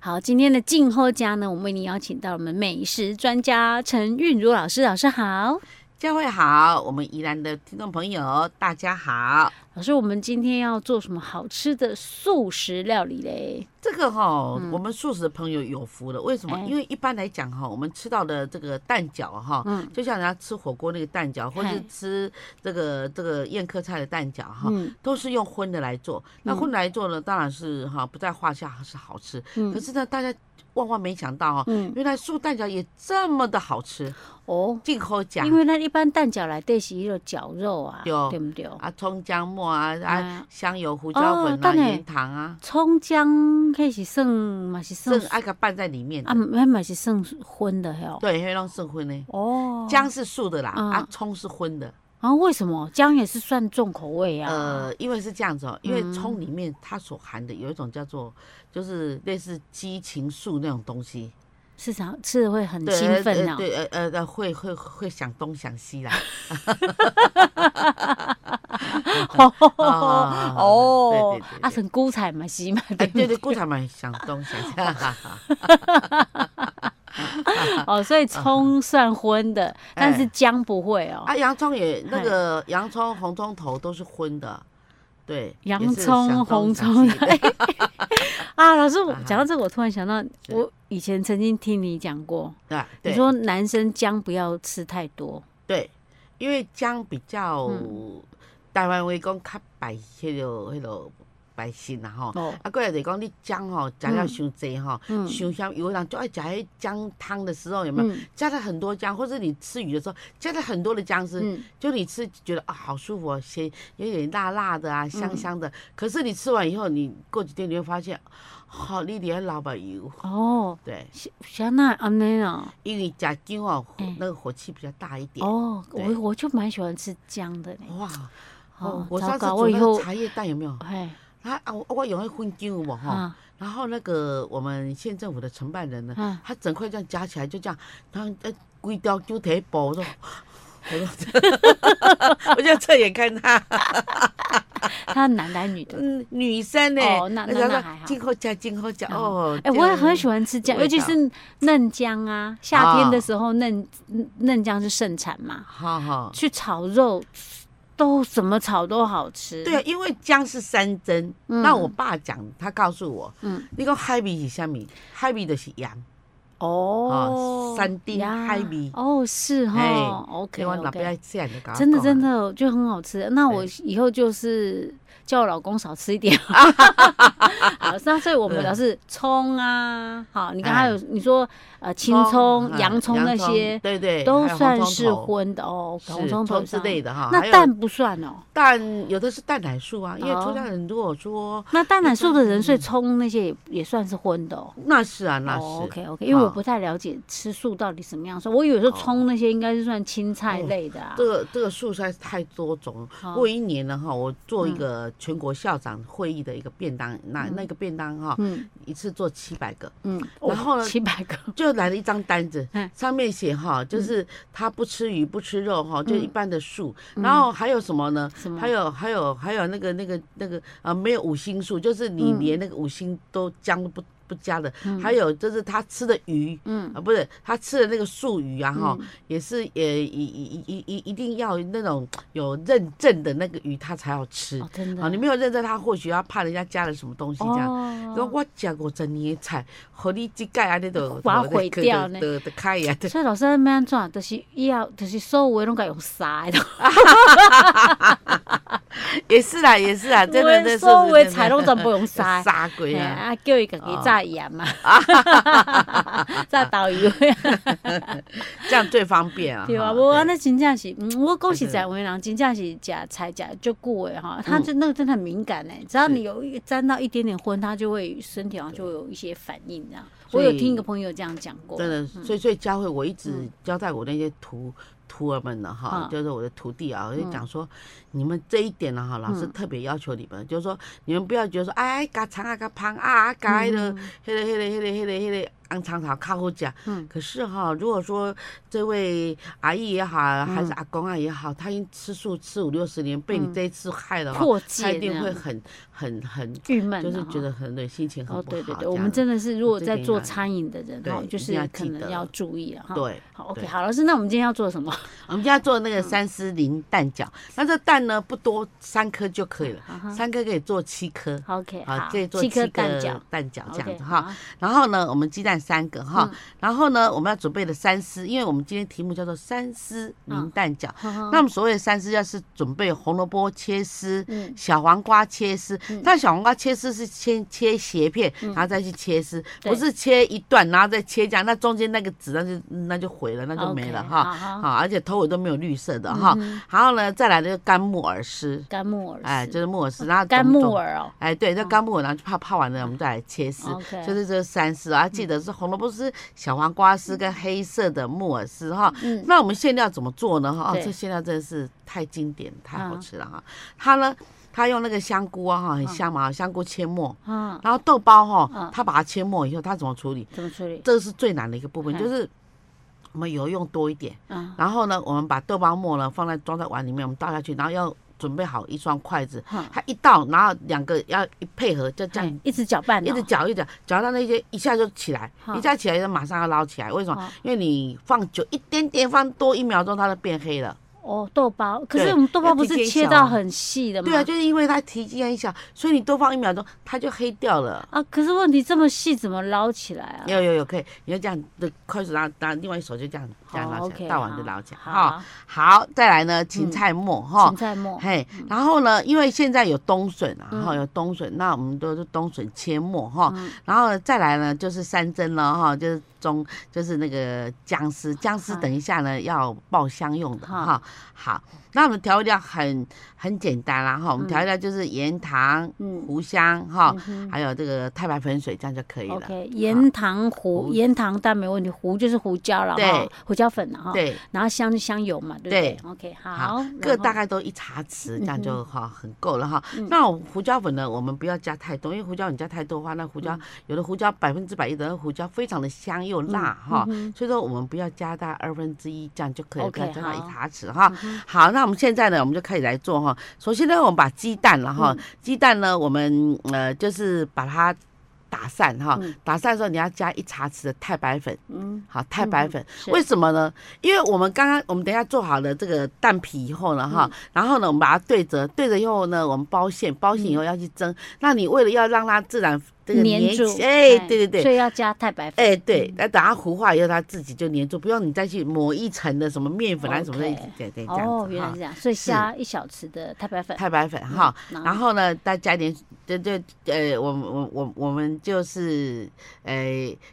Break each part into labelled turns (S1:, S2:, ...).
S1: 好，今天的静候家呢，我们为您邀请到我们美食专家陈韵如老师，老师好。
S2: 教会好，我们宜兰的听众朋友大家好。
S1: 老师，我们今天要做什么好吃的素食料理嘞？
S2: 这个哈、我们素食的朋友有福了。为什么？
S1: 嗯哎
S2: 因为一般来讲哈、我们吃到的这个蛋饺哈、
S1: 嗯
S2: 就像人家吃火锅那个蛋饺，或
S1: 嗨
S2: 是吃这个这个宴客菜的蛋饺哈、
S1: 嗯
S2: 都是用荤的来做。那荤的来做呢，当然是哈、不在话下，是好吃。可
S1: 嗯
S2: 是呢，大家万万没想到哈、哦
S1: 嗯，
S2: 原来素蛋饺也这么的好吃，
S1: 哦，
S2: 进口讲
S1: 因为那一般蛋饺来对是一个绞肉啊，
S2: 对哦
S1: 对不对？
S2: 啊，葱姜末啊啊，
S1: 啊，
S2: 香油、胡
S1: 哦
S2: 椒粉啊，
S1: 当然
S2: 盐糖啊。
S1: 葱姜开始算嘛是算
S2: 剩爱个拌在里面的
S1: 啊，那嘛是算荤的哟。
S2: 对，黑龙剩荤呢。
S1: 哦，
S2: 姜是素的啦，
S1: 嗯
S2: 啊，葱是荤的。
S1: 啊，为什么姜也是算重口味啊？
S2: 呃，因为是这样子哦，因为
S1: 嗯
S2: 葱里面它所含的有一种叫做，就是类似激情素那种东西，
S1: 市场吃的会很
S2: 对
S1: 兴奋啊
S2: 呃
S1: 呐、
S2: 对，呃呃呃，会会会想东想 西啦。 啊
S1: 哦
S2: 对对对，对
S1: 啊，成菇菜嘛是嘛，
S2: 哎，
S1: 对不对
S2: 对对，顾长蛮想东想西， 哈哈哈
S1: 哦，所以葱算荤的，但是
S2: 哎
S1: 姜不会哦。
S2: 啊，洋葱也 那
S1: 嗨
S2: 个洋葱、红葱头都是荤的，对，也
S1: 洋
S2: 是
S1: 葱
S2: 想东
S1: 红
S2: 想
S1: 葱 哎
S2: 西
S1: 啊，老师，我
S2: 啊哈
S1: 讲到这个，我突然想到，
S2: 是
S1: 我以前曾经听你讲过，
S2: 对
S1: 你
S2: 啊对
S1: 说男生姜不要吃太多，
S2: 对，因为姜比较、
S1: 嗯
S2: 台湾话讲较白迄落迄落白心啦吼。
S1: 哦，
S2: 啊，过来就是讲你姜吼食了伤济吼，
S1: 嗯
S2: 伤香。有的人就爱食迄姜汤的时候，有没有？
S1: 嗯
S2: 加了很多姜，或者你吃鱼的时候加了很多的姜丝，
S1: 嗯，
S2: 就你吃觉得啊好舒服哦，咸有点辣辣的啊，
S1: 嗯
S2: 香香的。可是你吃完以后，你过几天你会发现，好、你连老板油。
S1: 哦，
S2: 对，
S1: 像那安内啊，
S2: 因为加姜哦
S1: 哎，
S2: 那个火气比较大一点。
S1: 哦，
S2: 对
S1: 我我就蛮喜欢吃姜的嘞，
S2: 哇，
S1: 哦
S2: 哦，，我上
S1: 糟
S2: 次
S1: 糕，
S2: 煮
S1: 我以
S2: 那个
S1: 后，
S2: 茶叶哦蛋有没有？
S1: 哎，
S2: 他啊，我我有那荤鸡有无吼？
S1: 啊，
S2: 然后那个我们县政府的承办人呢，
S1: 啊
S2: 他整块这样夹起来就这样，然后呃，规条就提包， 我说，我说，我就侧眼看他，
S1: 他男男女 的，
S2: 嗯，女生呢，
S1: 哦那
S2: 我
S1: 那
S2: 想
S1: 那
S2: 说
S1: 还好
S2: 今后加今后加哦，
S1: 哎、
S2: 这
S1: 我也
S2: 样
S1: 很喜欢吃姜，
S2: 味
S1: 尤其
S2: 道
S1: 是嫩姜啊，夏天的
S2: 啊
S1: 时候嫩、嫩嫩姜是盛产嘛，
S2: 好好，
S1: 去炒肉都怎么炒都好吃。
S2: 对，，啊因为姜是山珍，
S1: 嗯
S2: 那我爸讲，他告诉我，
S1: 嗯，
S2: 你讲海味是啥物？海味就是盐，
S1: 哦，
S2: 山啊丁
S1: 呀
S2: 海味
S1: 哦，是
S2: 嘿
S1: 哈，OK
S2: 台湾老
S1: OK，
S2: 爸这样就跟我
S1: 真的
S2: 讲
S1: 真
S2: 啊
S1: 的就很好吃。那我以后就是叫我老公少吃一 点。好，那所以我
S2: 嗯
S1: 们聊是葱啊，好，你刚才有你说呃青葱、
S2: 嗯
S1: 洋葱那些，
S2: 对对，
S1: 都
S2: 还有
S1: 算
S2: 红葱
S1: 是
S2: 头
S1: 荤的哦，
S2: 是
S1: 红葱头
S2: 之类
S1: 的。
S2: 的哈。还
S1: 那
S2: 有
S1: 蛋不算哦，
S2: 蛋有的是蛋奶素啊，因为
S1: 哦
S2: 出家人如果说
S1: 那蛋奶素的人，
S2: 嗯
S1: 所以葱那些也也算是荤的哦。
S2: 那是啊，那是、
S1: 哦，OK OK，因为我
S2: 好
S1: 不太了解吃素到底什么样，所以我以
S2: 哦
S1: 为说葱那些应该是算青菜类的啊
S2: 这。个这个素菜太多种了。
S1: 好嗯
S2: 我有一年呢哈，我做一个全国校长会议的一个便当，那那个便当哈，
S1: 嗯
S2: 一次做七百个，
S1: 嗯，
S2: 哦然后呢
S1: 七百个，
S2: 就来了一张单子
S1: 嗯，
S2: 上面写哈，就是他不吃鱼不吃肉哈，就
S1: 嗯
S2: 一般的素，然后还有什么呢？
S1: 什么
S2: 还有还有还有那个那个那个呃，没有五星素，就是你
S1: 嗯
S2: 连那个五星都姜都不不加的。
S1: 嗯
S2: 还有就是他吃的鱼
S1: 嗯
S2: 啊、不是他吃的那个素鱼啊，哈、
S1: 嗯
S2: 也是呃一一一一一定要那种有认证的那个鱼，他才好吃。
S1: 哦，真的
S2: 啊，你没有认证，他或许他怕人家加了什么东西这样。那、
S1: 哦。
S2: 我吃过这年菜，和你这盖安尼都
S1: 把它毁掉呢
S2: 的的开 呀，
S1: 所以老师在那安怎，就是要就是所有的拢该用杀的，
S2: 也是啦，也是啦，真的，这是
S1: 所有的
S2: 真
S1: 菜拢全部用杀
S2: 杀
S1: 的。
S2: 杀鬼
S1: 嘿
S2: 啊！
S1: 啊，叫伊家己炸盐啊嘛， 炸豆油。。
S2: 这样最方便啊
S1: 对啊，
S2: 哈
S1: 无啊，
S2: 对
S1: 那真正是，嗯，我讲实在话，人真正是假菜假就久诶哈，他就那个真的很敏感诶，只要你有一沾到一点点荤，他就会身体上就会有一些反应这样。我
S2: 所以
S1: 有听一个朋友这样讲过，
S2: 真的，所以所以教会我一直交代我那些徒徒儿们呢，哈
S1: 嗯，
S2: 就是我的徒弟啊，我就讲说，你们这一点呢，哈，老师
S1: 嗯
S2: 特别要求你们，
S1: 嗯
S2: 就是说你们不要觉得说，哎，嘎长啊，嘎胖啊，嘎迄个，迄个，迄个，迄个，迄个，迄个。安长好靠后讲。
S1: 嗯
S2: 可是哈、如果说这位阿姨也好，还是阿公啊也好，他已经吃素吃五六十年，被你
S1: 嗯
S2: 这一次害了哈、
S1: 破
S2: 他
S1: 戒
S2: 一
S1: 那
S2: 定
S1: 样
S2: 会很很很，
S1: 郁闷啊
S2: 就
S1: 了哈，
S2: 是觉得很累，心情很
S1: 哦，
S2: 不好。
S1: 对对
S2: 这
S1: 对，
S2: 样
S1: 我们真的是如果
S2: 这
S1: 在
S2: 点
S1: 做
S2: 要
S1: 餐饮的人哈，
S2: 对
S1: 就
S2: 一定要
S1: 是可
S2: 记
S1: 能
S2: 得
S1: 要注意啊了哈。，
S2: 对。
S1: 好，OK，
S2: 对
S1: 好，老师，那我们今天要做什么？
S2: 我们家做
S1: 嗯
S2: 那个三丝林蛋饺，那这蛋呢不多，三颗就可以了，
S1: 啊哈
S2: 三颗可以做七颗。
S1: OK，
S2: 好，
S1: 好，
S2: 可以做
S1: 七颗
S2: 个
S1: 蛋饺，
S2: 蛋饺这样
S1: OK，
S2: 子哈。
S1: 好，
S2: 然后呢，我们鸡蛋三个哈
S1: 嗯。
S2: 然后呢，我们要准备的三丝，因为我们今天题目叫做三丝林蛋饺。
S1: 那
S2: 那我们所谓的三丝，要是准备红萝卜切丝，
S1: 嗯
S2: 小黄瓜切丝
S1: 嗯。
S2: 但小黄瓜切丝是先切斜片，然后再去切丝，
S1: 对
S2: 不是切一段然后再切这样。那中间那个籽那就那就毁了，那就没了
S1: OK，
S2: 哈。
S1: 好好
S2: 好，而且头尾都没有绿色的哈。
S1: 嗯哼
S2: 然后呢，再来就是干木耳丝，
S1: 干木耳丝，
S2: 哎，就是木耳丝，然后
S1: 干
S2: 种
S1: 木
S2: 种
S1: 耳哦，
S2: 哎，对，这干木耳，然后就泡泡完了，我们再来切丝
S1: OK，嗯
S2: 就是这三丝啊。记得是红萝卜丝、小黄瓜丝跟黑色的木耳丝哈。
S1: 嗯，
S2: 那我们馅料怎么做呢？哈，哦
S1: 对
S2: 这馅料真的是太经典、太好
S1: 嗯
S2: 吃了哈。它呢，它用那个香菇啊，哈，很香嘛，香菇切末，
S1: 啊，
S2: 然后豆包哈
S1: 嗯，
S2: 它把它切末以后，它怎么处理？
S1: 怎么处理？
S2: 这个是最难的一个部分，
S1: 嗯
S2: 就是我们油用多一点，
S1: 啊，
S2: 然后呢，我们把豆包末呢放在装在碗里面，我们倒下去，然后要准备好一双筷子，
S1: 哈
S2: 它一倒，然后两个要一配合，就这样
S1: 哎一直搅拌哦，
S2: 一直搅一直搅，搅到那些一下就起来，
S1: 好
S2: 一下起来就马上要捞起来。为什么
S1: 好？
S2: 因为你放久一点点，放多一秒钟它就变黑了。
S1: 哦，豆包，可是
S2: 对
S1: 我们豆包不
S2: 要提
S1: 是切
S2: 前小
S1: 到
S2: 啊
S1: 很细的吗？
S2: 对啊，就是因为它体积很小，所以你多放一秒钟它就黑掉了。
S1: 啊，可是问题这么细怎么捞起来啊？
S2: 有有有，可以，你就这样的筷子，然后然后另外一手就这样这样
S1: 哦
S2: 捞起来，
S1: ，OK，
S2: 倒完就
S1: 好
S2: 捞起来哈。
S1: 好，
S2: 好，再来呢，芹菜末哈
S1: 芹。菜末，
S2: 嘿，然后呢，因为现在有冬笋啊，哈、
S1: 嗯
S2: 有冬笋，那我们都是冬笋切末哈，
S1: 嗯
S2: 然后呢再来呢就是山珍了哈，就是中就是那个姜丝，姜丝
S1: 好
S2: 等一下呢要爆香用的
S1: 嗯好
S2: 哈。好，那我们调味料很很简单啦哈，我
S1: 嗯
S2: 们调味料就是盐、糖、
S1: 嗯
S2: 胡香哈，
S1: 嗯哼
S2: 还有这个太白粉水，这样就可以了。
S1: ，OK，盐糖胡，
S2: 胡
S1: 盐糖但没问题，胡就是胡椒了
S2: 对
S1: 哈，胡椒粉了哈，
S2: 对，
S1: 然后香就香油嘛，对不
S2: 对
S1: 对？OK，好
S2: 好，，
S1: 然
S2: 各
S1: 后
S2: 大概都一茶匙，这样就哈很够了哈
S1: 嗯。
S2: 那我们胡椒粉呢，我们不要加太多，因为胡椒你加太多的话，那胡椒
S1: 嗯
S2: 有的胡椒百分之百，有的胡椒非常的香又辣哈
S1: 嗯。
S2: 所以说我们不要加大二分之一，这样就可以了，
S1: OK，
S2: 不要加到一
S1: 好嗯
S2: 茶匙哈。好，那我们现在呢，我们就开始来做哈。首先呢，我们把鸡蛋了
S1: 嗯
S2: 哈，鸡蛋呢，我们呃就是把它打散哈
S1: 嗯，
S2: 打散的时候你要加一茶匙的太白粉。
S1: 嗯，
S2: 好，太白粉、
S1: 是
S2: 为什么呢？因为我们刚刚我们等一下做好了这个蛋皮以后呢，哈、
S1: 嗯
S2: 然后呢，我们把它对折，对折以后呢，我们包馅，包馅以
S1: 嗯
S2: 后要去蒸。那你为了要让它自然这个
S1: 黏住，
S2: 起哎、对
S1: 所
S2: 对对。
S1: 以嗯要加太白粉，
S2: 哎，对，那等它糊化以后，它自己就粘住，不用你再去抹一层的什么面粉啊什么的，一
S1: OK
S2: 起对对这样子
S1: 哦，原来
S2: 哈
S1: 是这样，所以加一小匙的太白粉，
S2: 太白粉哈，
S1: 嗯
S2: 然后呢，再加点，就就呃，我们我我我们就是，呃，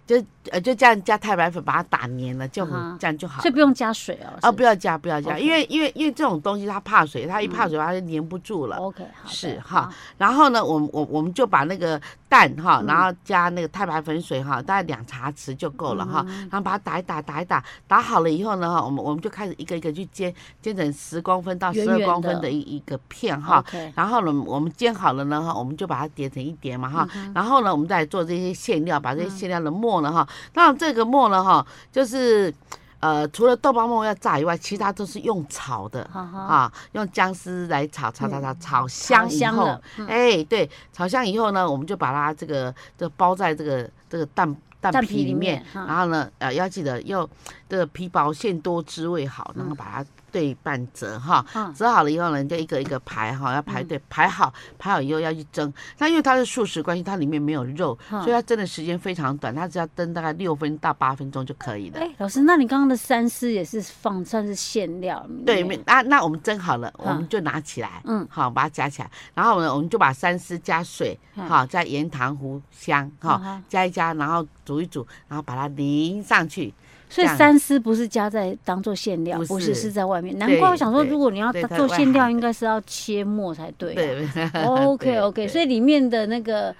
S2: 就呃就这样加太白粉，把它打黏了，就很
S1: 啊哈
S2: 这样就好
S1: 所以
S2: 了。
S1: 不用加水哦，
S2: 啊，不要加，不要加，
S1: OK 嗯
S2: 因为因为因为这种东西它怕水，它一怕水它就粘不住了。
S1: OK，好的，啊
S2: 是哈，然后呢，我们我我们就把那个蛋哈，
S1: 嗯
S2: 然后加那个太白粉水哈，大概两茶匙就够了哈，
S1: 嗯
S2: 然后把它打一打，打一打，打好了以后呢，哈，我们我们就开始一个一个去煎，煎成十公分到十
S1: 圆
S2: 二
S1: 圆的
S2: 公分的一一个片
S1: 好
S2: 哈。
S1: ，OK，
S2: 然后呢，我们煎好了呢，哈，我们就把它叠成一叠嘛，哈。然后呢，我们再来做这些馅料，把这些馅料的末呢，哈。那这个末呢，哈，就是，呃，除了豆包末要炸以外，其他都是用炒的。
S1: 好好，
S2: 啊，用姜丝来炒炒炒炒炒香以
S1: 香
S2: 后
S1: 了，嗯
S2: 哎，对，炒香以后呢，我们就把它这个就包在这个这个蛋蛋
S1: 蛋
S2: 皮
S1: 皮
S2: 里
S1: 里
S2: 面
S1: 面，嗯哈
S2: 然后呢，呃，要记得要这个皮薄馅多滋味好，然后把它对半折哈，
S1: 嗯
S2: 折好了以后呢，你就一个一个排哈，要排队，排好，排好以后要去蒸。那因为它是素食关系，它里面没有肉，
S1: 嗯
S2: 所以它蒸的时间非常短，它只要蒸大概六分到八分钟就可以了。
S1: 哎，老师，那你刚刚的三丝也是放算是馅料，
S2: 对，没，那那我们蒸好了，我们
S1: 嗯
S2: 就拿起来，
S1: 嗯
S2: 好，把它夹起来，然后呢，我们就把三丝加水，
S1: 嗯
S2: 好，加盐、糖、胡香，
S1: 嗯
S2: 哈
S1: 哼，
S2: 加一加，然后煮一煮，然后把它淋上去，
S1: 所以
S2: 这样
S1: 三丝不是加在当做馅料，
S2: 不
S1: 不
S2: 是
S1: 是是在外面。难
S2: 对
S1: 怪我想说，
S2: 对
S1: 如果你要
S2: 对它
S1: 做
S2: 外
S1: 馅料，
S2: 含
S1: 应该是要切末才对啊。
S2: 对
S1: OK
S2: 对
S1: OK，
S2: 对
S1: 所以里面的那个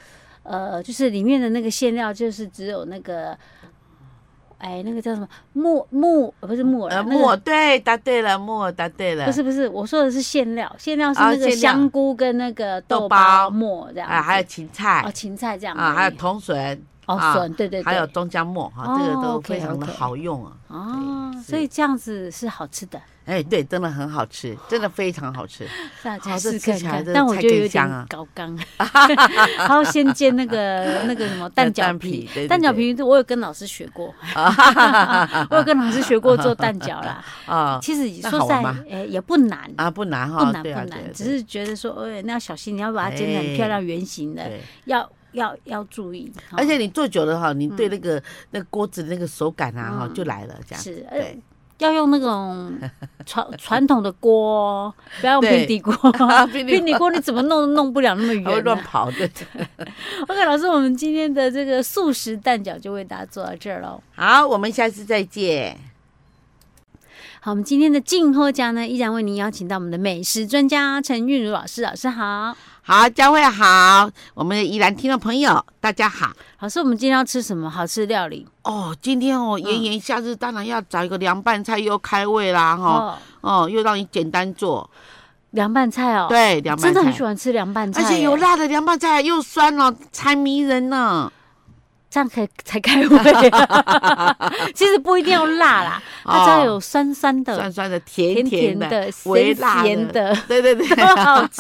S1: 呃，就是里面的那个馅料，就是只有那个，哎，那个叫什么木木，呃不是木耳啊，
S2: 呃，
S1: 那个
S2: 木耳对，答对了，木耳答对了，
S1: 不是不是，我说的是馅料，馅料是
S2: 啊
S1: 那个
S2: 馅料
S1: 香菇跟那个
S2: 豆
S1: 豆包
S2: 包
S1: 末这样
S2: 啊，还有
S1: 子
S2: 芹菜
S1: 哦芹菜这样
S2: 啊，还有
S1: 而已
S2: 铜笋，
S1: 哦
S2: 啊
S1: 笋，对对对，
S2: 还有中姜末哈，这个
S1: 哦
S2: 都
S1: ，OK，
S2: 非常的
S1: OK
S2: 好用啊。
S1: 哦，
S2: 对
S1: 所以这样子是好吃的，
S2: 哎，对，真的很好吃，真的非常好吃。
S1: 那
S2: 哦
S1: 才
S2: 这
S1: 试
S2: 吃
S1: 看
S2: 起来
S1: 看
S2: 真的。
S1: 但我
S2: 菜
S1: 觉得
S2: 更
S1: 有
S2: 香啊
S1: 点高 纲，然后先煎那个那个什么蛋
S2: 蛋
S1: 饺
S2: 皮
S1: 皮
S2: 对对，
S1: 蛋饺
S2: 对
S1: 皮我有跟老师学 过，我有跟老师学过做蛋饺啦。
S2: 啊
S1: 其实
S2: 那
S1: 说
S2: 好
S1: 实在
S2: 玩吗，
S1: 呃，也不难。
S2: 啊，不难
S1: 不
S2: 哈，
S1: 难不
S2: 对啊，对啊
S1: 难，只
S2: 对
S1: 是觉得说，哎，那要小心，你要把它煎得很漂亮，圆形的，
S2: 对，
S1: 要要要注意。哦哈
S2: 而且你做久了哈，你对那个那个锅子的那个手感啊哈就来了，这样。
S1: 嗯是，呃
S2: 对，
S1: 要用那种传传统的锅哦，不要用
S2: 对
S1: 平底锅。
S2: 比
S1: 平底锅呃你怎么弄都弄不了那么
S2: 还会
S1: 圆、
S2: 乱
S1: 呢
S2: 跑，对。
S1: OK，老师，我们今天的这个素食蛋饺就为大家做到这儿喽。
S2: 好，我们下次再见。
S1: 好，我们今天的静候家呢，依然为您邀请到我们的美食专家陈韵如老师，老师好。
S2: 好，佳慧好，我们的宜兰听众朋友大家好。
S1: 老师，我们今天要吃什么好吃的料理？
S2: 哦，今天哦，炎炎夏日，当然要找一个凉拌菜又开胃啦，哈、
S1: 哦，
S2: 哦，又让你简单做，
S1: 凉拌菜哦。，
S2: 对，凉拌
S1: 真
S2: 菜，
S1: 的很喜欢吃凉拌菜
S2: 而
S1: 耶，
S2: 且有辣的凉拌菜又酸哦，才迷人呢。
S1: 这样可以才开胃。 其实不一定要辣啦，它只要
S2: 哦
S1: 有酸酸的、
S2: 酸酸的，甜
S1: 甜
S2: 甜
S1: 甜
S2: 的，
S1: 的、
S2: 微
S1: 咸
S2: 辣
S1: 咸
S2: 的
S1: 的，
S2: 对 对对，
S1: 都好吃。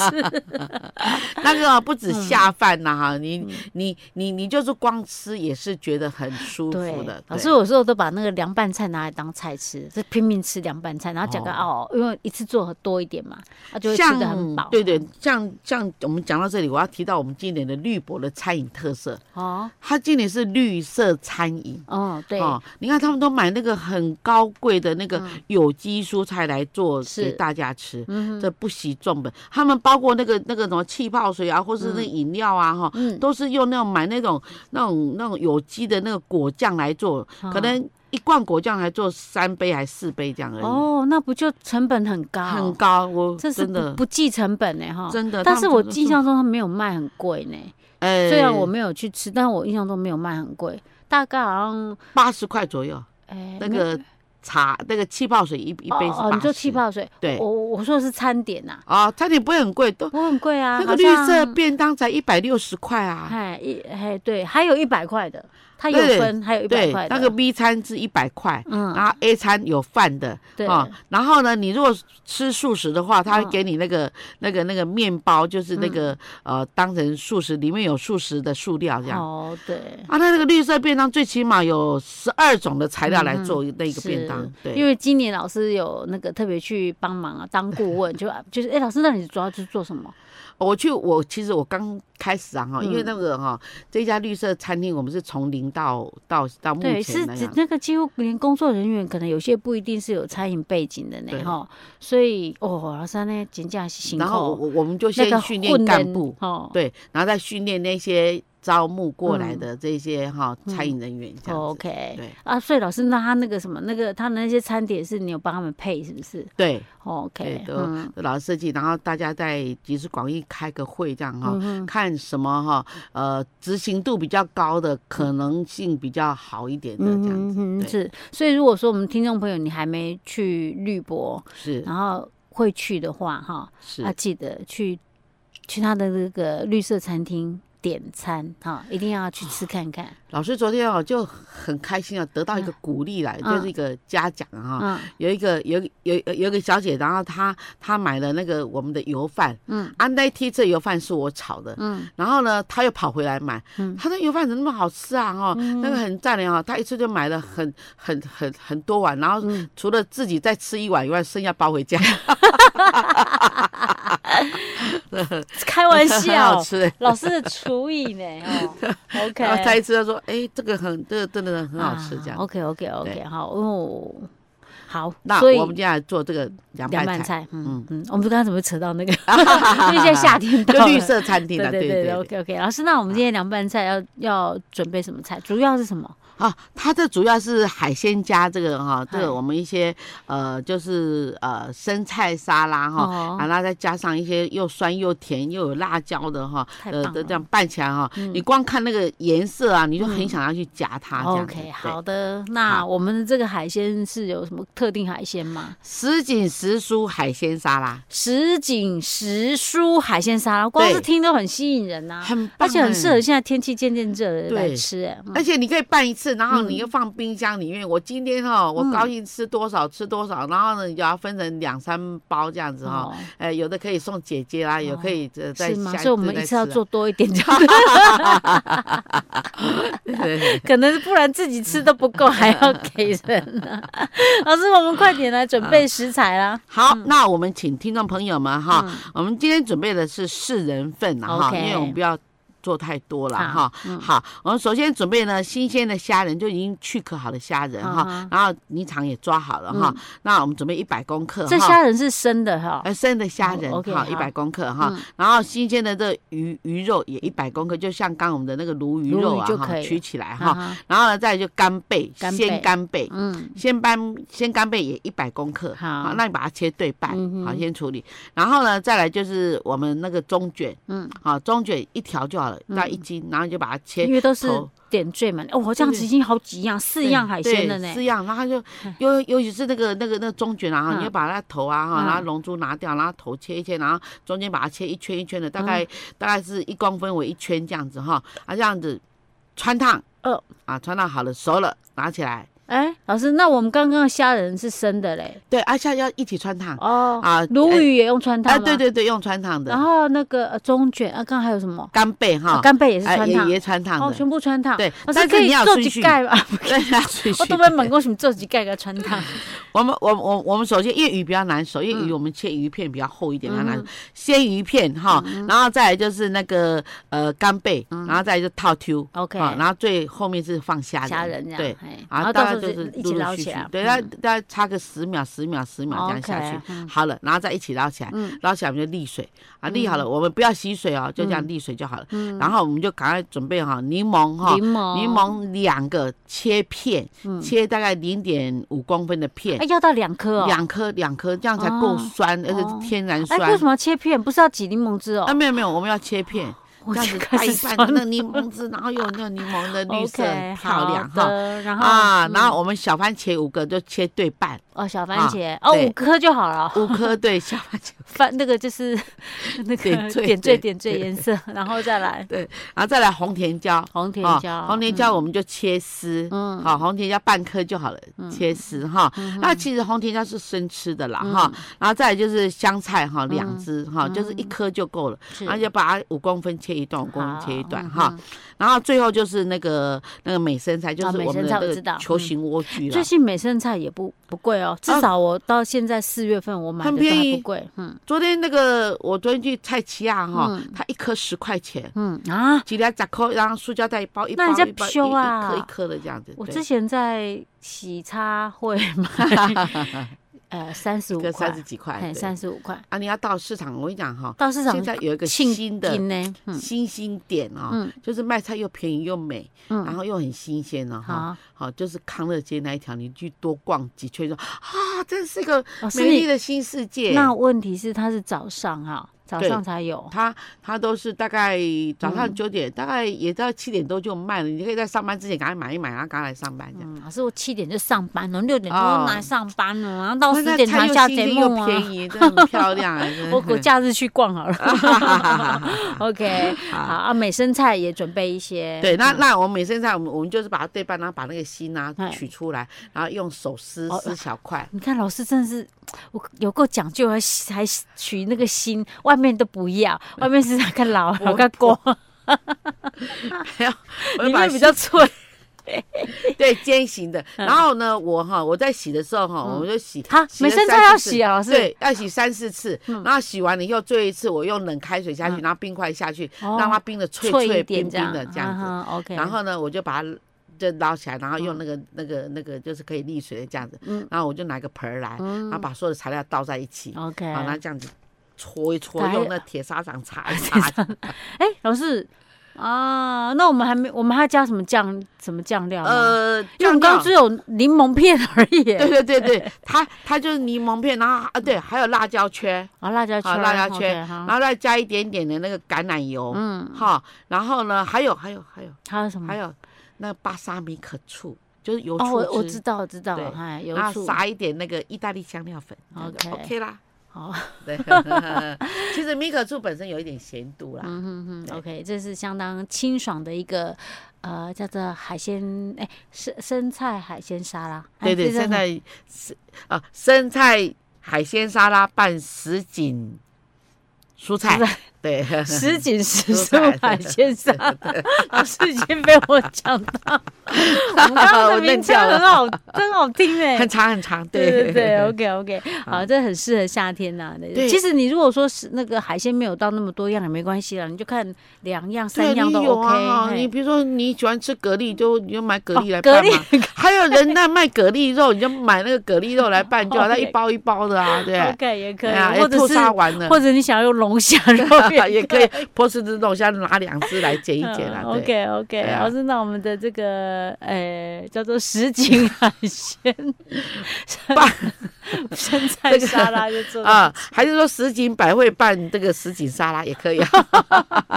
S2: 那个哦不止下饭呐、
S1: 嗯
S2: 哈、你你你你就是光吃也是觉得很舒服的。
S1: 老
S2: 对
S1: 师有时候都把那个凉拌菜拿来当菜吃，就拼命吃凉拌菜，然后讲个哦，因为一次做多一点嘛，他就会吃的很饱。
S2: 对对，像像我们讲到这里，我要提到我们今年的绿博的餐饮特色，
S1: 哦，
S2: 它今年是绿色餐饮。
S1: 哦，对，嗯
S2: 哦，你看他们都买那个很高贵的那个有机蔬菜来做
S1: 是
S2: 给大家吃，
S1: 嗯哼
S2: 这不惜重本。他们包括那个那个什么气泡水啊，或是那个饮料啊，哈、
S1: 嗯，
S2: 都是用那种买那种那种那种有机的那个果酱来做，可
S1: 哦
S2: 能一罐果酱来做三杯还四杯这样而已，
S1: 哦，那不就成本很高？
S2: 很高。我
S1: 这是
S2: 真的
S1: 不不计成本呢，哈。
S2: 真的，
S1: 但
S2: 他
S1: 是
S2: 们
S1: 我
S2: 真的
S1: 印象中它没有卖很贵呢，
S2: 呃，
S1: 虽然我没有去吃，但我印象中没有卖很贵，大概好像
S2: 八十块左右
S1: 哎
S2: 那
S1: 没
S2: 个茶那个气泡水一一杯是
S1: 哦哦，你就气
S2: 80
S1: 泡水，哦
S2: 对
S1: 我我说的是餐点呐，
S2: 啊，餐点不会很贵， 都
S1: 不会很贵啊，
S2: 那个
S1: 好
S2: 绿色
S1: 像
S2: 便当才一百六十块啊，
S1: 哎，一哎对，还有一百块的，它有
S2: 对
S1: 分，还有一百
S2: 对
S1: 块，的。
S2: 那个 B 餐是一百块，
S1: 嗯，
S2: 然后 A 餐有饭的
S1: 对，
S2: 啊，然后呢，你如果吃素食的话，他会
S1: 嗯
S2: 给你那个那个那个面包，就是那个
S1: 嗯
S2: 呃，当成素食，里面有素食的塑料这样。
S1: 哦对，
S2: 啊，它那个绿色便当最起码有十二种的材料来
S1: 嗯
S2: 做那个
S1: 是
S2: 便当，
S1: 因
S2: 对。
S1: 为今年老师有那个特别去帮忙啊，当顾问，就就是哎，老师，那你主要是做什么？
S2: 我去，我其实我刚开始啊哈，因为
S1: 嗯
S2: 那个哈，这家绿色餐厅我们是从零到到到目
S1: 对，
S2: 前
S1: 是
S2: 那
S1: 指
S2: 样。
S1: 那个几乎连工作人员可能有些不一定是有餐饮背景的
S2: 对
S1: 呢，哈，所以哦，老师那真价是辛
S2: 然后
S1: 苦，
S2: 我我们就
S1: 那
S2: 先
S1: 个
S2: 训
S1: 混
S2: 练干部，
S1: 人哦，
S2: 对，然后再训练那些招募过来的这些哈、餐饮人员这样子。
S1: 嗯，OK，
S2: 对
S1: 啊，所以老师，那他那个什么，那个他的那些餐点是你有帮他们配是不是
S2: 对对
S1: ？OK，，
S2: 都、
S1: 嗯
S2: 都老师设计，然后大家在集思广益开个会这样哈、
S1: 嗯哼
S2: 看什么哈呃执行度比较高的，可能性比较好一点的这样子。
S1: 嗯哼，
S2: 对
S1: 是，所以如果说我们听众朋友你还没去绿博，
S2: 是
S1: 然后会去的话，哈，
S2: 是、
S1: 啊，记得去去他的那个绿色餐厅点餐，哈，一定要去吃看看，
S2: 老师昨天哦就很开心啊，得到一个鼓励来，
S1: 嗯
S2: 就是一个嘉奖啊哈、
S1: 嗯
S2: 有一个有一有有有一个小姐，然后她她买了那个我们的油饭，
S1: 嗯
S2: 啊那一梯这油饭是我炒的，
S1: 嗯
S2: 然后呢她又跑回来买，
S1: 嗯
S2: 她那油饭怎么那么好吃啊哈、那个很赞的哈，她一次就买了很很很很多碗，然后
S1: 嗯，
S2: 除了自己再吃一碗以外，剩下包 回家，
S1: 开 玩
S2: 很好
S1: 笑，
S2: 吃的。
S1: 老师的厨艺呢，哦 ，OK，啊
S2: 然后她一吃，她说：“哎，这个很，这个真的很好吃。”这样。
S1: ，OK OK OK，
S2: 对
S1: 好哦，好，
S2: 那
S1: 所以
S2: 我们接下来做这个
S1: 凉
S2: 凉拌
S1: 拌
S2: 菜，
S1: 菜，嗯嗯，我们刚刚怎么扯到 那个？因为现在夏天到
S2: 就
S1: 了，
S2: 绿色餐厅
S1: 对
S2: 的，
S1: 对
S2: 对
S1: 对
S2: 对
S1: 对，OK
S2: 对。
S1: OK。老师，那我们今天凉拌菜要要准备什么菜？主要是什么？
S2: 啊，它这主要是海鲜加这个哈，这
S1: 嗨
S2: 个我们一些呃，就是呃生菜沙拉哈，
S1: 哦
S2: 啊，那再加上一些又酸又甜又有辣椒的哈，
S1: 太
S2: 呃，
S1: 棒
S2: 都
S1: 了嗯
S2: 这样拌起来哈，你光看那个颜色啊，你就很想要去夹它这样子。
S1: ，OK，
S2: 对
S1: 好的。那
S2: 好
S1: 我们的这个海鲜是有什么特定海鲜吗？
S2: 什锦时蔬海鲜沙拉，
S1: 什锦时蔬海鲜沙拉，光是
S2: 对
S1: 听都很吸引人呐、
S2: 很棒
S1: 啊而且很适合
S2: 哎
S1: 现在天气渐渐热了来
S2: 对
S1: 吃、哎，嗯
S2: 而且你可以拌一次，然后
S1: 嗯
S2: 你又放冰箱里面。我今天哈、哦，我
S1: 嗯
S2: 高兴吃多少、吃多少，然后呢，你就要分成两三包这样子哈、哦。
S1: 哦
S2: 呃，有的可以送姐姐啦，有可以呃在
S1: 是吗？
S2: 下
S1: 所以我们
S2: 次
S1: 一
S2: 再
S1: 次要
S2: 吃啊
S1: 做多一点，这样
S2: 对
S1: 可能不然自己吃都不够，还要给人、啊。 老师，我们快点来准备食材啦。
S2: 好，那我们请听众朋友们哈，
S1: 嗯
S2: 我们今天准备的是四人份了哈，
S1: OK
S2: 因为我们不要。做太多了
S1: 好嗯
S2: 哈，好，我们首先准备呢新鲜的虾仁，就已经去壳好的虾仁哈
S1: 嗯哼，嗯
S2: 然后泥肠也抓好了哈，那我们准备一百公克
S1: 这
S2: 哈，
S1: 虾仁是生的哈，
S2: 呃生的虾仁
S1: 哦，OK，
S2: 哈
S1: 好
S2: 一百公克哈
S1: 嗯，
S2: 然后新鲜的这鱼鱼肉也一百公克，就像刚我们的那个鲈鱼
S1: 鲈鱼
S2: 肉啊
S1: 就可
S2: 哈
S1: 以
S2: 取起来
S1: 哈
S2: 哈，
S1: 哈，
S2: 然后呢再来就干贝，
S1: 干贝
S2: 鲜干贝，
S1: 嗯，
S2: 先干先干贝也一百公克，
S1: 好
S2: 那你把它切对半，
S1: 嗯哼
S2: 好，先处理。然后呢，再来就是我们那个中卷，
S1: 嗯，
S2: 好，中卷一条就好了，到一斤，然后你就把它切
S1: 因为都是
S2: 头
S1: 点缀嘛。哦，我这样子已经好几样，四
S2: 对
S1: 样海鲜了
S2: 对
S1: 呢。
S2: 四样，然 后就尤尤其是那个那个那个中卷啊，哈
S1: 嗯
S2: 你就把它头啊哈，
S1: 嗯
S2: 然后龙珠拿掉，然后头切一切，然后中间把它切一圈一圈的，大
S1: 嗯
S2: 概大概是一公分为一圈这样子哈，啊这样子穿烫，
S1: 哦
S2: 啊穿烫好了熟了，拿起来，
S1: 哎，老师，那我们刚刚的虾仁是生的嘞。
S2: 对，而且要一起穿烫
S1: 哦，
S2: 啊，
S1: 鲈鱼也用穿烫
S2: 啊，
S1: 吗
S2: 对。对对，用穿烫
S1: 然
S2: 的
S1: 后那个呃中卷啊，刚刚还有什么？
S2: 干贝
S1: 啊
S2: 哈，
S1: 干贝也是
S2: 哎
S1: 穿烫
S2: 也。也穿烫
S1: 哦，
S2: 的，
S1: 全部穿烫。
S2: 对
S1: 老
S2: 但
S1: 师
S2: 是
S1: 可
S2: 你
S1: 以
S2: 要有
S1: 做
S2: 顺
S1: 几
S2: 序
S1: 盖吧？
S2: 对啊，是
S1: 我
S2: 是
S1: 都被猛过什么做几盖给它穿烫。
S2: 我们我我我们首先，因为鱼比较难熟，因
S1: 嗯
S2: 为鱼我们切鱼片比较厚一点，比较难熟。鲜鱼片哈，
S1: 嗯
S2: 然后再来就是那个呃干贝，然后再来就套 Q，
S1: OK，
S2: 啊然后最后面是放虾
S1: 虾仁这样。
S2: 啊对，啊
S1: 哎
S2: 然
S1: 然
S2: 后
S1: 后
S2: 大
S1: 到
S2: 概
S1: 时候
S2: 就是
S1: 一
S2: 陆
S1: 起
S2: 陆
S1: 捞
S2: 续
S1: 起
S2: 续
S1: 来。，
S2: 对，
S1: 嗯
S2: 大大概差个十秒、十秒、十秒这样下去
S1: OK，嗯。
S2: 好了，然后再一起捞起来
S1: 嗯，
S2: 捞起来我们就沥水啊，沥好了，我们不要洗水哦，就这样沥水就好了。
S1: 嗯
S2: 然后我们就赶快准备好柠檬哈，
S1: 柠檬，
S2: 柠，檬两个切片，
S1: 嗯
S2: 切大概零点五公分的片
S1: 哎，，要到两颗哦。
S2: 两颗两颗，这样才够
S1: 哦
S2: 酸，而且
S1: 哦
S2: 是天然
S1: 哎，
S2: 酸。
S1: 为什么要切片？不是要挤柠檬汁哦
S2: 啊，？没有没有，我们要切片，
S1: 我
S2: 这样
S1: 就
S2: 子
S1: 开
S2: 拌
S1: 始
S2: 一
S1: 酸
S2: 拌那个柠檬汁，然后有那个柠檬的绿色
S1: OK，
S2: 漂亮
S1: 好
S2: 哈。
S1: 的，然后
S2: 啊，
S1: 嗯
S2: 然后我们小番茄五个就切对 半，
S1: 哦，小番
S2: 啊
S1: 茄哦，
S2: 对
S1: 五颗就好了。
S2: 五颗对小番茄，
S1: 翻那个就是 那
S2: 点
S1: 个
S2: 缀
S1: 点缀
S2: 对
S1: 点缀
S2: 对
S1: 颜色，然后再 来
S2: 然后再来红甜椒，
S1: 红甜
S2: 啊
S1: 椒，
S2: 红甜椒我们就切丝，
S1: 嗯，嗯，
S2: 好，红甜椒半颗就好了，切丝哈。那其实红甜椒是生吃的
S1: 嗯
S2: 啦哈，然后再来就是香菜哈，两只哈，就是一颗就够了，
S1: 是
S2: 然后就把它五公分切一段，五公分切一
S1: 好
S2: 段
S1: 嗯
S2: 哈
S1: 嗯。
S2: 然后最后就是那个那个美生菜，就
S1: 哦
S2: 是
S1: 美
S2: 我们
S1: 生
S2: 的
S1: 菜我
S2: 那
S1: 知
S2: 个
S1: 道
S2: 球
S1: 嗯
S2: 形莴
S1: 最
S2: 苣啦，
S1: 近美生菜也不不贵哦，至
S2: 啊
S1: 少我到现在四月份我买
S2: 很
S1: 的都还
S2: 便宜
S1: 不贵，嗯
S2: 昨天那个我昨天去菜奇亚哈
S1: 嗯，
S2: 它一颗十块钱，
S1: 嗯啊，
S2: 几条十颗，然后塑胶袋一包一包
S1: 那人家
S2: 一包一
S1: 修
S2: 一
S1: 啊
S2: 颗一颗的这样子。
S1: 我
S2: 对
S1: 之前在洗擦会买， 呃，三十
S2: 一
S1: 五
S2: 个
S1: 块
S2: 三十，几块，
S1: 嘿，
S2: 对
S1: 三十五块，
S2: 啊，你要到市场，我跟你讲哈，
S1: 到市场
S2: 现在有一个
S1: 庆
S2: 新的
S1: 金呢，嗯
S2: 新兴点哦，
S1: 嗯
S2: 就是卖菜又便宜又美，然
S1: 嗯，
S2: 后又很新鲜哦，哈。
S1: 好，
S2: 好，就是康乐街那一条，你去多逛几圈，说啊，真是一个
S1: 老师
S2: 美丽
S1: 哦你
S2: 的新世界。
S1: 那问题是它是早上哈，早
S2: 对
S1: 上才有，
S2: 它它都是大概早上
S1: 嗯
S2: 九点，大概也到七点多就卖了，你可以在上班之前赶快买一买，然后赶快来上班这样。
S1: 嗯，老师我七点就上班了，六点
S2: 哦
S1: 多来上班了，然后到
S2: 哇
S1: 十
S2: 那
S1: 点
S2: 菜
S1: 才
S2: 又
S1: 下
S2: 新
S1: 节
S2: 鲜
S1: 目
S2: 又
S1: 啊，
S2: 便宜，真的很漂亮啊！真 的
S1: 我我假日去逛好了 ，OK，好啊，美生菜也准备一些，
S2: 对，那那我们每身上，我们我们就是把它对半，然后把那个心啊
S1: 哎
S2: 取出来，然后用手撕
S1: 哦
S2: 撕小 块。
S1: 你看老师真的是，我有够讲究，还还取那个心，外面都不要，外面是那个老
S2: 我
S1: 老个锅，
S2: 还有我就
S1: 里
S2: 把
S1: 面比较脆。
S2: 对尖 形的。然后呢，我哈我在洗的时候哈，
S1: 嗯
S2: 我就洗
S1: 好，
S2: 洗了
S1: 美生
S2: 三
S1: 菜要
S2: 四次
S1: 洗啊，老师。
S2: 对，要洗三四次，然后洗完了以后，最后一次我用冷开水下去，
S1: 嗯
S2: 然后冰块下去，
S1: 哦
S2: 让它冰的脆
S1: 脆一
S2: 脆
S1: 点
S2: 冰
S1: 这
S2: 冰
S1: 样
S2: 的这样子。
S1: 啊哈，OK。
S2: 然后呢，我就把它就捞起来，然后用那个那个那个就是可以沥水的这样子。
S1: 嗯哦
S2: 然后我就拿个盆儿来，然后把所有的材料倒在一起，
S1: OK。
S2: 好，那这样子搓一搓，
S1: 还
S2: 用那铁砂掌擦一擦。
S1: 哎，老师啊，那我们还没，我们还要加什么酱？什么酱料吗？
S2: 呃，
S1: 因为我们
S2: 酱
S1: 刚
S2: 料
S1: 刚只有柠檬片而已耶。
S2: 对对对对，它它就是柠檬片，然后啊对，还有辣椒圈，
S1: 好，辣椒圈
S2: 好
S1: 儿，
S2: 辣椒圈
S1: OK，好
S2: 然后再加一点点的那个橄榄油，
S1: 哦嗯，
S2: 哈，然后呢还有还有还有
S1: 还有什么
S2: 还？有那巴沙米可醋，就是油
S1: 哦，
S2: 醋
S1: 我我
S2: 汁
S1: 知道，我知道
S2: 对，
S1: 哎，油
S2: 然后
S1: 醋，
S2: 撒一点那个意大利香料粉这样就
S1: OK
S2: ，OK 啦。
S1: 好，
S2: 对，其实米可醋本身有一点咸度啦，
S1: 嗯哼
S2: 对
S1: 哼，OK，这是相当清爽的一个呃，叫做海鲜，哎，生生菜海鲜沙拉，哎
S2: 对对，
S1: 这叫
S2: 现
S1: 什么
S2: 在是啊，生菜海鲜沙拉拌什锦蔬菜
S1: 蔬，
S2: 对，
S1: 什锦时
S2: 蔬
S1: 蔬
S2: 菜
S1: 海鲜沙拉，老师已经被我讲 到，我们刚刚
S2: 我
S1: 的名
S2: 愣
S1: 称
S2: 掉了
S1: 很好，真好 听哎，
S2: 很长很长，
S1: 对对哦
S2: 对
S1: 对，OK OK，好，这很适合夏天呐、
S2: 对
S1: 其实你如果说是那个海鲜没有到那么多样也没关系啦，你就看两样、
S2: 对
S1: 三样都
S2: 你有
S1: OK 嘿。
S2: 啊，你比如说你喜欢吃蛤蜊，就你就买蛤
S1: 哦
S2: 蜊来
S1: 蛤
S2: 拌
S1: 蜊
S2: 嘛。还有人那卖蛤蜊肉，你就买那个蛤蜊肉来拌就好，那
S1: 哦 OK
S2: 一包一包的啊，对
S1: OK 也可
S2: 对啊，
S1: 以，或者
S2: 吐
S1: 是
S2: 沙丸呢，
S1: 或者你想要用龙虾肉
S2: 也可
S1: 以。
S2: 以波士顿肉虾拿两只来剪一剪啊，对。
S1: 嗯 OK
S2: 对
S1: OK，
S2: 啊
S1: 老师，那我们的这个呃叫做什锦海鲜
S2: 拌
S1: 生菜
S2: 这个
S1: 沙拉就 做到
S2: 啊，还是说什锦百味拌这个什锦沙拉也可以 啊，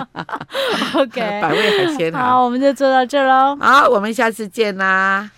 S1: OK，
S2: 百味海鲜啊。
S1: 好，我们就做到这喽。
S2: 好，我们下次见啦。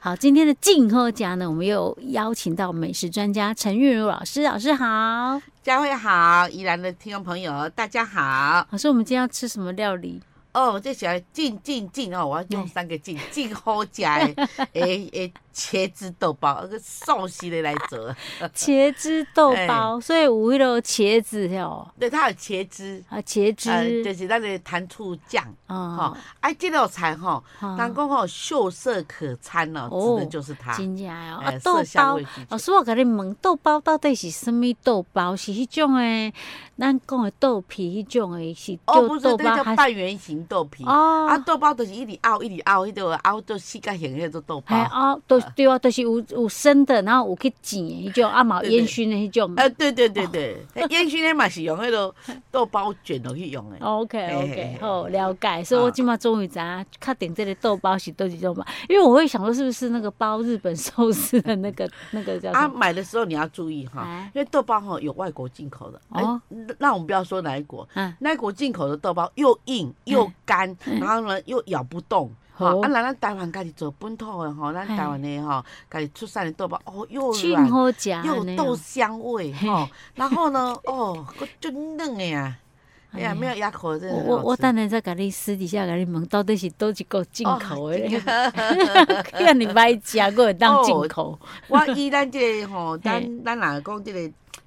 S1: 好，今天的静候家呢，我们又邀请到美食专家陈韵如老师，老师好，
S2: 佳慧好，宜兰的听众朋友大家好。
S1: 老师，我们今天要吃什么料 理？
S2: 哦，我最喜欢进进进哦，我要用
S1: 哎
S2: 三个进进好加诶 诶茄子豆包，那个寿司的来做。
S1: 茄汁豆
S2: 哎
S1: 包，所以五一楼茄子哦，
S2: 对，它有茄子，
S1: 啊，茄汁，
S2: 呃，就是咱的糖醋酱。
S1: 哦
S2: 哈，哎，这道菜哈，
S1: 好
S2: 当公吼秀色可餐哦，
S1: 哦
S2: 指的就是它。
S1: 真正哦，啊
S2: 哎，
S1: 豆
S2: 色香
S1: 包
S2: 味。俱
S1: 老
S2: 全。
S1: 师，我甲你问，豆包到底是什么豆包？是迄种诶，咱讲的豆皮，迄种诶，是
S2: 哦，不
S1: 叫豆
S2: 是，那
S1: 包
S2: 叫
S1: 还是？
S2: 半圆形豆皮。啊，
S1: 哦，
S2: 豆包就是一里凹一里凹，迄个凹到膝盖形，迄个豆
S1: 哎
S2: 包。
S1: 哦，都对啊，都是有有生的，然后有去煎的迄种，啊，嘛有
S2: 对对
S1: 烟熏的迄种。
S2: 呃，对对对对，哎那烟熏的嘛是用迄个豆包卷落去用的。
S1: OK
S2: 嘿嘿
S1: OK，
S2: 嘿
S1: 好了解，所以
S2: 啊
S1: 我今嘛终于知道确定这个豆包是豆几种吧，因为我会想说是不是那个包日本寿司的那个那个叫
S2: 啊，
S1: 什么？
S2: 买的时候你要注意哈，
S1: 哦哎，
S2: 因为豆包哈有外国进口的。
S1: 哦
S2: 哦，那那我们不要说哪一国，
S1: 嗯，
S2: 那一国进口的豆包又硬又 干，然后呢又咬不动。哈，
S1: 好
S2: 啊，那咱台湾家己做本土的吼，咱台湾的吼，家己出产的豆包哦，又
S1: 俊
S2: 软
S1: 好夹
S2: 又有豆香味
S1: 啊嘿
S2: 哈，然后 呢，哦，就嫩的呀，哎呀，没有牙口真的
S1: 我
S2: 很好吃。
S1: 我我等下再给你私底下给你问，到底是多一个进口的
S2: 哦，
S1: 咧
S2: 真？的
S1: 让你买夹过会当进口，
S2: 我以咱这个吼，
S1: 嘿嗯
S2: 咱咱哪讲这个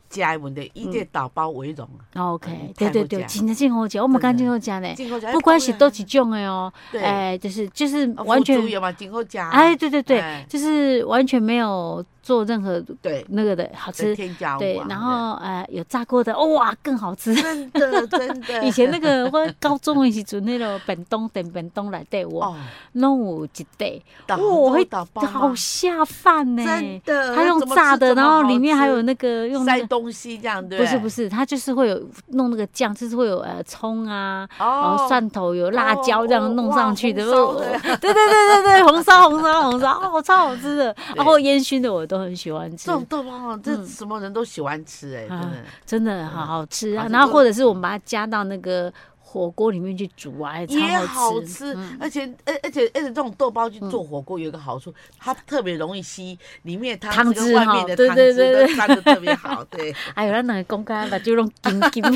S2: 食的问题，以这个豆包为荣啊。
S1: 哦 OK，
S2: 太
S1: 对
S2: 好
S1: 对对，
S2: 吃
S1: 真的进口夹，我们刚
S2: 真
S1: 进
S2: 的
S1: 口夹呢，
S2: 进口吃
S1: 哎不管是多几种的哦，
S2: 对，
S1: 哎，就是就是
S2: 啊
S1: 完全
S2: 腐竹，有嘛，进口吃，
S1: 哎，对对对，
S2: 啊哎
S1: 就是完全没有做任何
S2: 对，
S1: 那个的好吃，
S2: 添加物啊
S1: 对，然后呃有炸过的，哦哇更好吃。
S2: 真的真 的
S1: 以前那个我高中的时阵，那个本东等本东来带我，
S2: 哦，
S1: 弄有一袋，
S2: 豆
S1: 我会
S2: 豆包
S1: 好
S2: 吗
S1: 下饭呢。
S2: 真的，
S1: 他用
S2: 怎么吃
S1: 炸的，
S2: 怎么
S1: 然后
S2: 好
S1: 里面还有
S2: 吃
S1: 那个用那
S2: 塞
S1: 个。
S2: 东西这样，对
S1: 不
S2: 对
S1: 是不是，它就是会有弄那个酱，就是会有呃葱啊，然后
S2: 哦，
S1: 蒜头有辣椒这样弄上去的，
S2: 哦哇红烧的
S1: 对对对对对，红烧红烧红烧，哦，超好吃的。
S2: 对
S1: 然后烟熏的我都很喜欢吃
S2: 这，种豆包哦，这
S1: 嗯
S2: 什么人都喜欢吃哎，真
S1: 啊
S2: 的。
S1: 真的好好吃啊
S2: 嗯好。吃
S1: 然后
S2: 多
S1: 或者是我们把它加到那个火锅里面去煮啊，也超
S2: 也
S1: 好
S2: 好
S1: 吃。嗯
S2: 吃，而且而而且而且这种豆包去做火锅有一个好处，它特别容易吸里面的
S1: 汤
S2: 汤汁
S1: 汁
S2: 跟外
S1: 哈
S2: 面的
S1: 对
S2: 汤
S1: 对
S2: 汁
S1: 对
S2: 都
S1: 对
S2: 沾的特别好，对，
S1: 哎呦，咱两个讲讲，目睭拢金 金的。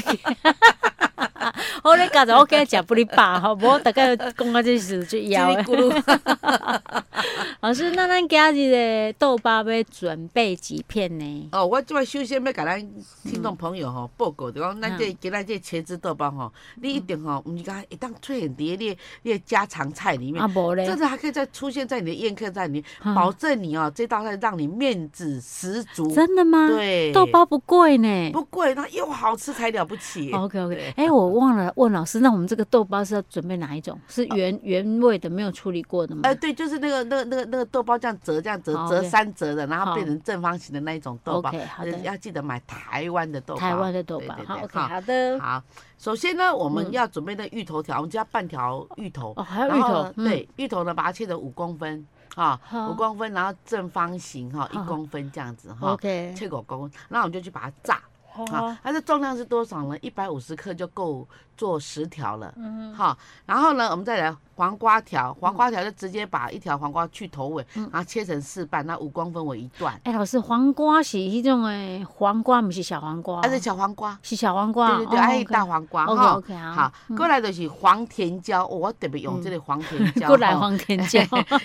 S1: 好，你今日我今日食不哩饱，好，无大概讲到这时就
S2: 叽
S1: 枵
S2: 里
S1: 的。
S2: 咕噜。
S1: 老师，那咱今日的豆包要准备几片呢？
S2: 哦，我即摆首先要甲咱听众朋友
S1: 嗯
S2: 吼报告，就讲咱这今咱这茄子豆包吼，你一定吼，毋是讲一当出现伫你的你的家常菜里面
S1: 啊，，无
S2: 甚
S1: 嘞，
S2: 至还可以再出现在你的宴客菜里面，
S1: 嗯
S2: 保证你哦这道菜让你面子十足。
S1: 真的吗？
S2: 对，
S1: 豆包不贵呢。
S2: 不贵，那又好吃才了不起。
S1: OK OK，哎、我忘了问老师，那我们这个豆包是要准备哪一种？是原、原味的，没有处理过的吗？
S2: 呃，对，就是那个、那个、那个、那个豆包这样折、这样折、
S1: 好
S2: 折
S1: OK
S2: 三折的，然
S1: 好
S2: 后变成正方形的那一种豆包。
S1: OK，好
S2: 呃
S1: 的
S2: 要记得买台湾的豆包。
S1: 台湾的豆包。
S2: 对对对
S1: 好 OK，
S2: 好
S1: 好的。
S2: 好，首先呢，我们
S1: 嗯
S2: 要准备那芋头条，我们只要半条芋头，
S1: 哦，还有
S2: 然
S1: 芋
S2: 后
S1: 头
S2: 呢，
S1: 嗯，哦
S2: 对，芋头呢，把它切成五公分，哈、
S1: 好
S2: 五公分，然后正方形哈，一
S1: 好
S2: 公分这样子哈，
S1: 哦，OK，哦
S2: 切五公分，那我们就去把它炸。
S1: 好
S2: 好，它的重量是多少呢？一百五十克就够做十条了。
S1: 嗯
S2: 好，然后呢，我们再来黄瓜条，黄瓜条就直接把一条黄瓜去头尾，
S1: 嗯
S2: 然后切成四瓣，那五公分为一段，
S1: 哎、老师，黄瓜是迄种诶，黄瓜不是小黄瓜哦，
S2: 啊那是小黄瓜，
S1: 是小黄瓜哦，
S2: 对对对，还有大黄瓜
S1: OK
S2: 哈。
S1: OK
S2: 好
S1: 啊，，
S2: 过来就是黄甜椒，哦我特别用这个黄甜 椒，
S1: 嗯过来
S2: 吼
S1: 黄甜 椒，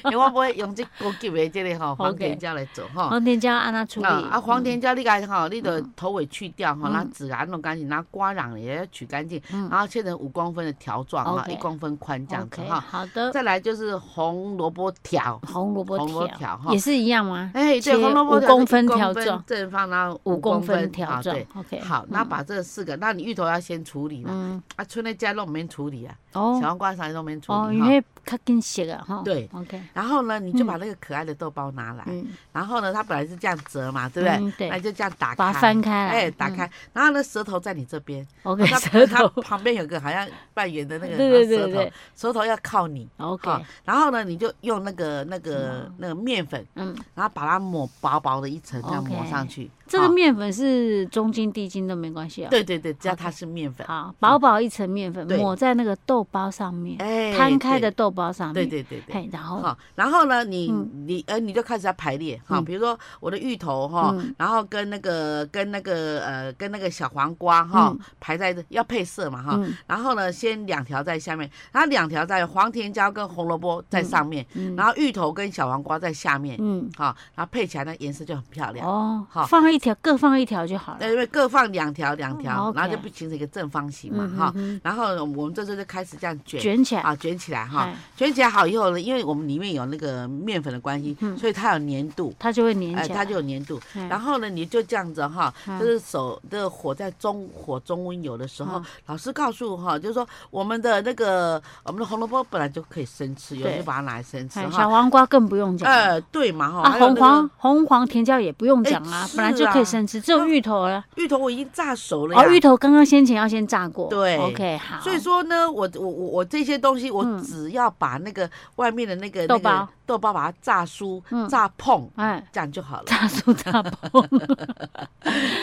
S2: 因为我不会用这高级的这 个吼黄甜椒来做吼。
S1: 黄甜椒安那处理
S2: 哦啊，黄甜椒你
S1: 嗯
S2: 该吼，你的头尾去掉吼，然后籽啊弄干净，然后瓜瓤也要取干净，然后切成五公分的条状
S1: 嗯
S2: 哈，
S1: OK
S2: 一公分宽这样子
S1: OK，
S2: 哈。
S1: 好的，
S2: 再来就是红萝卜条，
S1: 红萝卜
S2: 红萝卜
S1: 条
S2: 条哈
S1: 也是一样吗？
S2: 哎，
S1: 切
S2: 对，红萝卜条
S1: 五公分
S2: 是一
S1: 条状
S2: 正方，然后
S1: 五公分
S2: 分
S1: 条
S2: 啊
S1: 状
S2: 对，
S1: ，OK，
S2: 好，那把这四个，那你芋头要先处理了，
S1: 嗯，
S2: 啊，春在家弄没处理啊，小
S1: 哦
S2: 黄瓜啥都没处
S1: 哦，
S2: 理
S1: 因
S2: 哈。
S1: 为较紧熟啊，哈，
S2: 对
S1: ，OK，
S2: 然后呢，你就把那个可爱的豆包拿来，
S1: 嗯，
S2: 然后呢，它本来是这样折嘛，对不对？
S1: 嗯对
S2: 那就这样打开，
S1: 把它翻开来
S2: 哎，打
S1: 嗯
S2: 开，然后呢，舌头在你这边，
S1: ，OK，
S2: 它
S1: 舌
S2: 它
S1: 头
S2: 旁边有个好像半圆的那个
S1: 对对对
S2: 舌
S1: 对
S2: 头，舌头要靠你。
S1: ，OK，
S2: 好，然后呢，你就用那个那个那个面粉，
S1: 嗯，
S2: 然后把它抹薄薄的一层，这样抹
S1: OK
S2: 上去。
S1: 这个
S2: 好
S1: 面粉是中筋、低筋都没关系啊。
S2: 对对对，只要它是面粉，
S1: 好，薄薄一层面粉
S2: 对
S1: 抹在那个豆包上面，
S2: 哎
S1: 摊开的
S2: 对
S1: 豆包上面。
S2: 对对对对。
S1: 嘿，然后
S2: 好，然后呢，你
S1: 嗯
S2: 你呃，你就开始要排列哈，
S1: 嗯
S2: 比如说我的芋头哈
S1: 嗯，
S2: 然后跟那个跟那个呃跟那个小黄瓜哈
S1: 嗯
S2: 排在这要配色嘛哈，
S1: 嗯
S2: 然后呢先两条在下面，然后两条在黄甜椒跟红萝卜在上面，
S1: 嗯
S2: 然后芋头跟小黄瓜在下面，
S1: 嗯
S2: 哈，然后配起来那颜色就很漂亮。
S1: 哦
S2: 好，
S1: 放一条各放一条就好
S2: 那
S1: 了。
S2: 呃因为各放两条两条，
S1: 哦 OK
S2: 然后就不形成一个正方形嘛
S1: 嗯
S2: 哈
S1: 嗯嗯，
S2: 然后我们这时候就开始这样卷
S1: 卷起来
S2: 啊卷起来哈
S1: 哎，
S2: 卷起来好以后呢，因为我们里面有那个面粉的关系，所以它有粘度。
S1: 它就会嗯粘
S2: 哎，
S1: 起来。
S2: 它就有粘度。
S1: 嗯
S2: 然后呢，你就这样子哈，
S1: 嗯
S2: 就是手的火在中火中温油的时候
S1: 嗯，
S2: 老师告诉我哈，就是说我们的那个我们的红萝卜本来就可以生吃，有
S1: 对
S2: 人就把它拿来生吃
S1: 哎
S2: 哈
S1: 小。黄瓜更不用讲了。
S2: 呃，对嘛哈，
S1: 啊，
S2: 还有
S1: 红
S2: 那个
S1: 黄红黄甜椒也不用讲
S2: 哎
S1: 啦，
S2: 是
S1: 本来就可以
S2: 啊
S1: 生吃，只有芋头了。
S2: 芋头我已经炸熟了呀
S1: 哦，。芋头刚刚先前要先炸过。
S2: 对
S1: ，OK，好。
S2: 所以说呢，我我我我这些东西，我
S1: 嗯
S2: 只要把那个外面的那个
S1: 豆
S2: 那个
S1: 包
S2: 豆包把它炸酥、
S1: 嗯
S2: 炸碰，
S1: 哎，
S2: 这样就好了。
S1: 炸酥炸崩。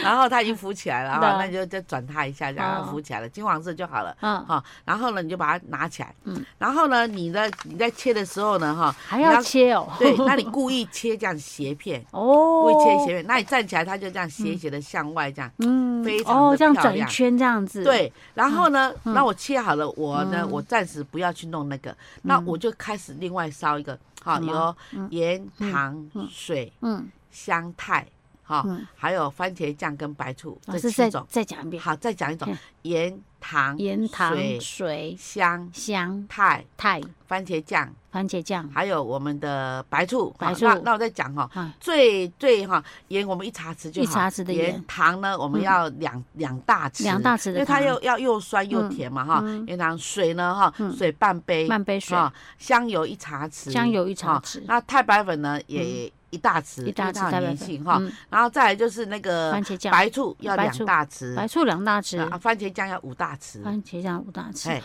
S2: 然后它已经浮起来了
S1: 对
S2: 哈，
S1: 啊
S2: 那你就再转它一下，让它
S1: 哦
S2: 浮起来了，金黄色就好了。
S1: 嗯，
S2: 哈、然后呢，你就把它拿起来，
S1: 嗯
S2: 然后呢，你的你在切的时候 呢，哈、
S1: 还
S2: 你
S1: 要切哦。
S2: 对，那你故意切这样斜片，
S1: 哦，
S2: 故意切斜片，那你站起来，它就这样斜斜的向外这样，
S1: 嗯
S2: 非常
S1: 哦
S2: 地，
S1: 这样
S2: 漂
S1: 转一
S2: 亮
S1: 圈这样子，，
S2: 对，然后呢，
S1: 嗯
S2: 那我切好了，我呢，
S1: 嗯
S2: 我暂时不要去弄那个，那我就开始另外烧一个，好、
S1: 什么
S2: 有盐、糖、
S1: 嗯
S2: 水、
S1: 嗯，
S2: 香菜，哈、
S1: 嗯哦
S2: 还有番茄酱跟白醋
S1: 老
S2: 这
S1: 师
S2: 七
S1: 再
S2: 种。
S1: 再讲一遍，
S2: 好，再讲一种
S1: 嗯，
S2: 盐、糖、
S1: 盐、糖、
S2: 水、
S1: 水、
S2: 香
S1: 香
S2: 菜、
S1: 菜、
S2: 番茄酱，
S1: 番茄酱，
S2: 还有我们的白醋。好
S1: 白醋
S2: 那那我再讲哈、
S1: 嗯
S2: 最最哈盐我们一茶匙就好，
S1: 一茶匙的盐嗯
S2: 糖呢我们要两、两大匙，
S1: 两大匙的
S2: 因为它
S1: 糖
S2: 又要又酸又
S1: 嗯
S2: 甜嘛哈、
S1: 嗯
S2: 盐糖水呢哈、
S1: 嗯
S2: 水半杯，
S1: 半杯水，
S2: 啊香油一茶匙，
S1: 香油一茶
S2: 啊
S1: 匙，嗯
S2: 那太白粉呢也一大匙，
S1: 一大
S2: 因为它
S1: 匙太白
S2: 有
S1: 粉
S2: 粘性，哈、
S1: 嗯
S2: 然后再来就是那个
S1: 番茄酱嗯
S2: 白醋要
S1: 白
S2: 两
S1: 醋
S2: 大匙，
S1: 白醋两大
S2: 啊
S1: 匙，
S2: 番茄酱要五大匙，
S1: 番茄酱五大匙，
S2: 哎，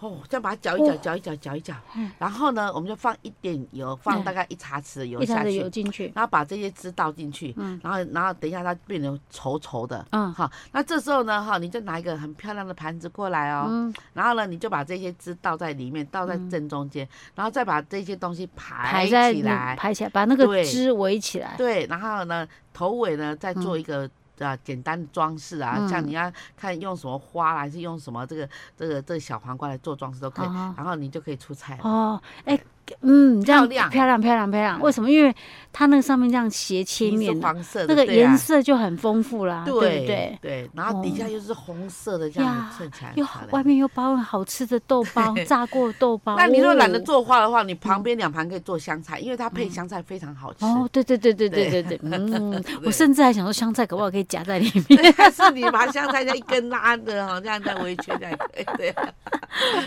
S2: 哦，再把它搅一搅，搅一搅，搅一搅，然后呢，我们就放一点油，放
S1: 嗯
S2: 大概一茶匙的油
S1: 一茶
S2: 下
S1: 匙
S2: 去
S1: 油，进去，
S2: 然后把这些汁倒进去，
S1: 嗯
S2: 然后然后等一下它变成稠稠的。
S1: 嗯
S2: 好，那这时候呢，哈，你就拿一个很漂亮的盘子过来哦，
S1: 嗯，
S2: 然后呢，你就把这些汁倒在里面，倒在正中间，然后再把这些东西排
S1: 排在
S2: 起
S1: 那
S2: 来，
S1: 排起来，把那个
S2: 对
S1: 汁围起来，
S2: 对，然后呢，头尾呢再做一个。啊，简单的装饰啊，
S1: 嗯
S2: 像你要看用什么花啦还是用什么这个这个这个小黄瓜来做装饰都可以，
S1: 哦
S2: 然后你就可以出菜了。
S1: 哦，哎。嗯，这样
S2: 漂亮
S1: 漂亮漂亮漂亮，为什么？因为它那个上面这样斜切
S2: 皮
S1: 面
S2: 是
S1: 的，
S2: 黄色的，
S1: 那个
S2: 对啊
S1: 颜色就很丰富啦，对不
S2: 对
S1: 对？
S2: 对，然后底下
S1: 哦
S2: 又是红色的，这样
S1: 呀
S2: 子衬起来很
S1: 又
S2: 漂
S1: 外
S2: 亮。
S1: 面又包了好吃的豆 包，炸过豆包。
S2: 那你如果懒得
S1: 哦
S2: 做花的话，你旁边两盘可以做香菜，因为它配香菜非常好吃。
S1: 哦，对对对对对对对，嗯，我甚至还想说香菜搞不好可以夹在里 面。
S2: 但是你把香菜这样一根拉的哈，这样再围一圈，这样哎也可以。对，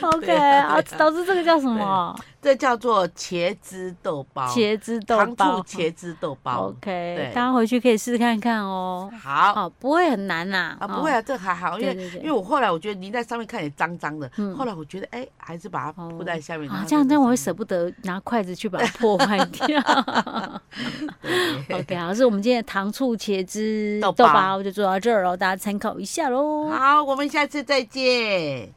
S1: OK，
S2: 对啊
S1: 啊，导致这个叫什么？
S2: 这叫做茄汁豆包，
S1: 茄子豆
S2: 糖
S1: 包哦
S2: 醋。茄汁豆包。
S1: OK，
S2: 对
S1: 大家回去可以试试看看哦。
S2: 好
S1: 哦，不会很难呐。哦
S2: 啊，不会。啊，这还好，因为
S1: 对对对
S2: 因为我后来我觉得淋在上面看也脏脏的
S1: 嗯，
S2: 后来我觉得哎，还是把它铺在下面。然
S1: 啊，
S2: 后
S1: 这样
S2: 就
S1: 这样我会
S2: 上
S1: 舍不得拿筷子去把它破坏掉。
S2: 面。对
S1: OK，好，是我们今天的糖醋茄汁
S2: 豆
S1: 豆
S2: 包
S1: 包就做到这儿喽，大家参考一下喽。
S2: 好，我们下次再见。